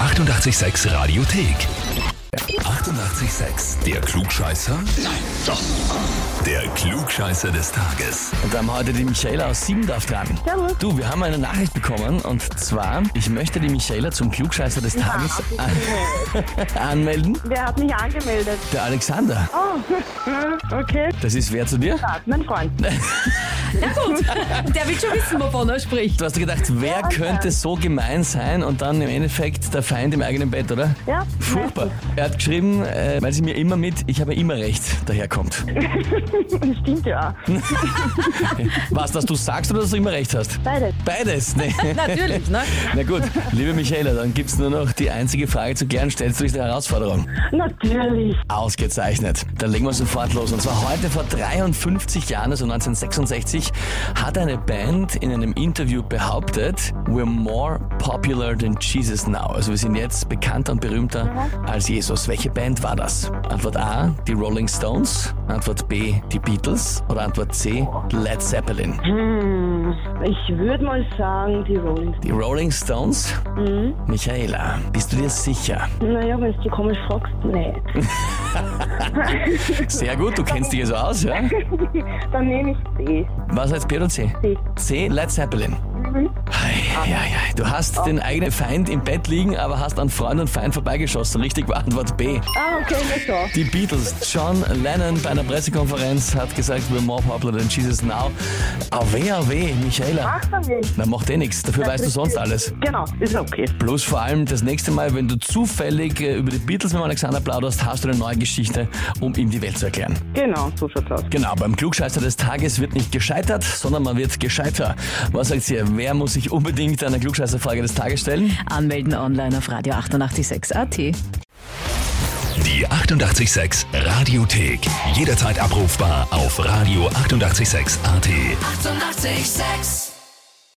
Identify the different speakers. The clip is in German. Speaker 1: 886 Radiothek. 88,6. Der Klugscheißer? Nein, doch. Der Klugscheißer des Tages.
Speaker 2: Und da haben wir heute die Michaela aus Siebendorf dran.
Speaker 3: Servus.
Speaker 2: Du, wir haben eine Nachricht bekommen und zwar, ich möchte die Michaela zum Klugscheißer des Tages an anmelden.
Speaker 3: Ah, Wer hat mich angemeldet?
Speaker 2: Der Alexander,
Speaker 3: Oh, okay.
Speaker 2: das ist wer zu dir?
Speaker 3: Ah, Mein Freund.
Speaker 4: Na gut, der will schon wissen, wovon er spricht.
Speaker 2: Du hast dir gedacht, wer könnte so gemein sein und dann im Endeffekt der Feind im eigenen Bett, oder?
Speaker 3: Ja,
Speaker 2: Furchtbar. Er hat geschrieben, äh, weil sie mir immer mit, ich habe immer recht, daherkommt.
Speaker 3: Stimmt ja.
Speaker 2: Was, dass du sagst oder dass du immer recht hast?
Speaker 3: Beides.
Speaker 2: Beides, ne?
Speaker 4: Natürlich, ne?
Speaker 2: Na gut, liebe Michaela, dann gibt's nur noch die einzige Frage zu klären. Stellst du dich der Herausforderung?
Speaker 3: Natürlich.
Speaker 2: Ausgezeichnet. Dann legen wir sofort los. Und zwar heute vor 53 Jahren, also 1966, hat eine Band in einem Interview behauptet, we're more popular than Jesus now. Also wir sind jetzt bekannter und berühmter als Jesus. Welche Band war das? Antwort A, die Rolling Stones. Antwort B, die Beatles. Oder Antwort C, Led Zeppelin.
Speaker 3: Hm, ich würde mal sagen, die Rolling
Speaker 2: Die Rolling Stones?
Speaker 3: Mhm.
Speaker 2: Michaela, bist du dir sicher?
Speaker 3: Naja, wenn du die komisch fragst, nee.
Speaker 2: Sehr gut, du kennst dich also aus, ja?
Speaker 3: Dann nehme ich die.
Speaker 2: Was heißt B oder C?
Speaker 3: die.
Speaker 2: C, Led Zeppelin. Ei, ei, ei. Du hast den eigenen Feind im Bett liegen, aber hast an Freund und Feind vorbeigeschossen. Richtig war Antwort B.
Speaker 3: Ah, okay, na so.
Speaker 2: Die Beatles. John Lennon bei einer Pressekonferenz hat gesagt, we're more popular than Jesus now. Auweh, auweh, Michaela.
Speaker 3: Ach, dann nicht.
Speaker 2: Na, macht eh nichts. Dafür weißt du sonst alles.
Speaker 3: Genau, ist okay.
Speaker 2: Bloß vor allem das nächste Mal, wenn du zufällig äh, über die Beatles mit dem Alexander plauderst, hast du eine neue Geschichte, um ihm die Welt zu erklären.
Speaker 3: Genau, so schaut's aus.
Speaker 2: Genau, beim Klugscheißer des Tages wird nicht gescheitert, sondern man wird gescheiter. Was sagt ihr? Wer muss sich unbedingt einer Klugscheißerfrage des Tages stellen?
Speaker 4: Anmelden online auf Radio 886 AT.
Speaker 1: Die 88,6 Radiothek. Jederzeit abrufbar auf radio886.at. 88,6.
Speaker 4: Eighty-eight, sex.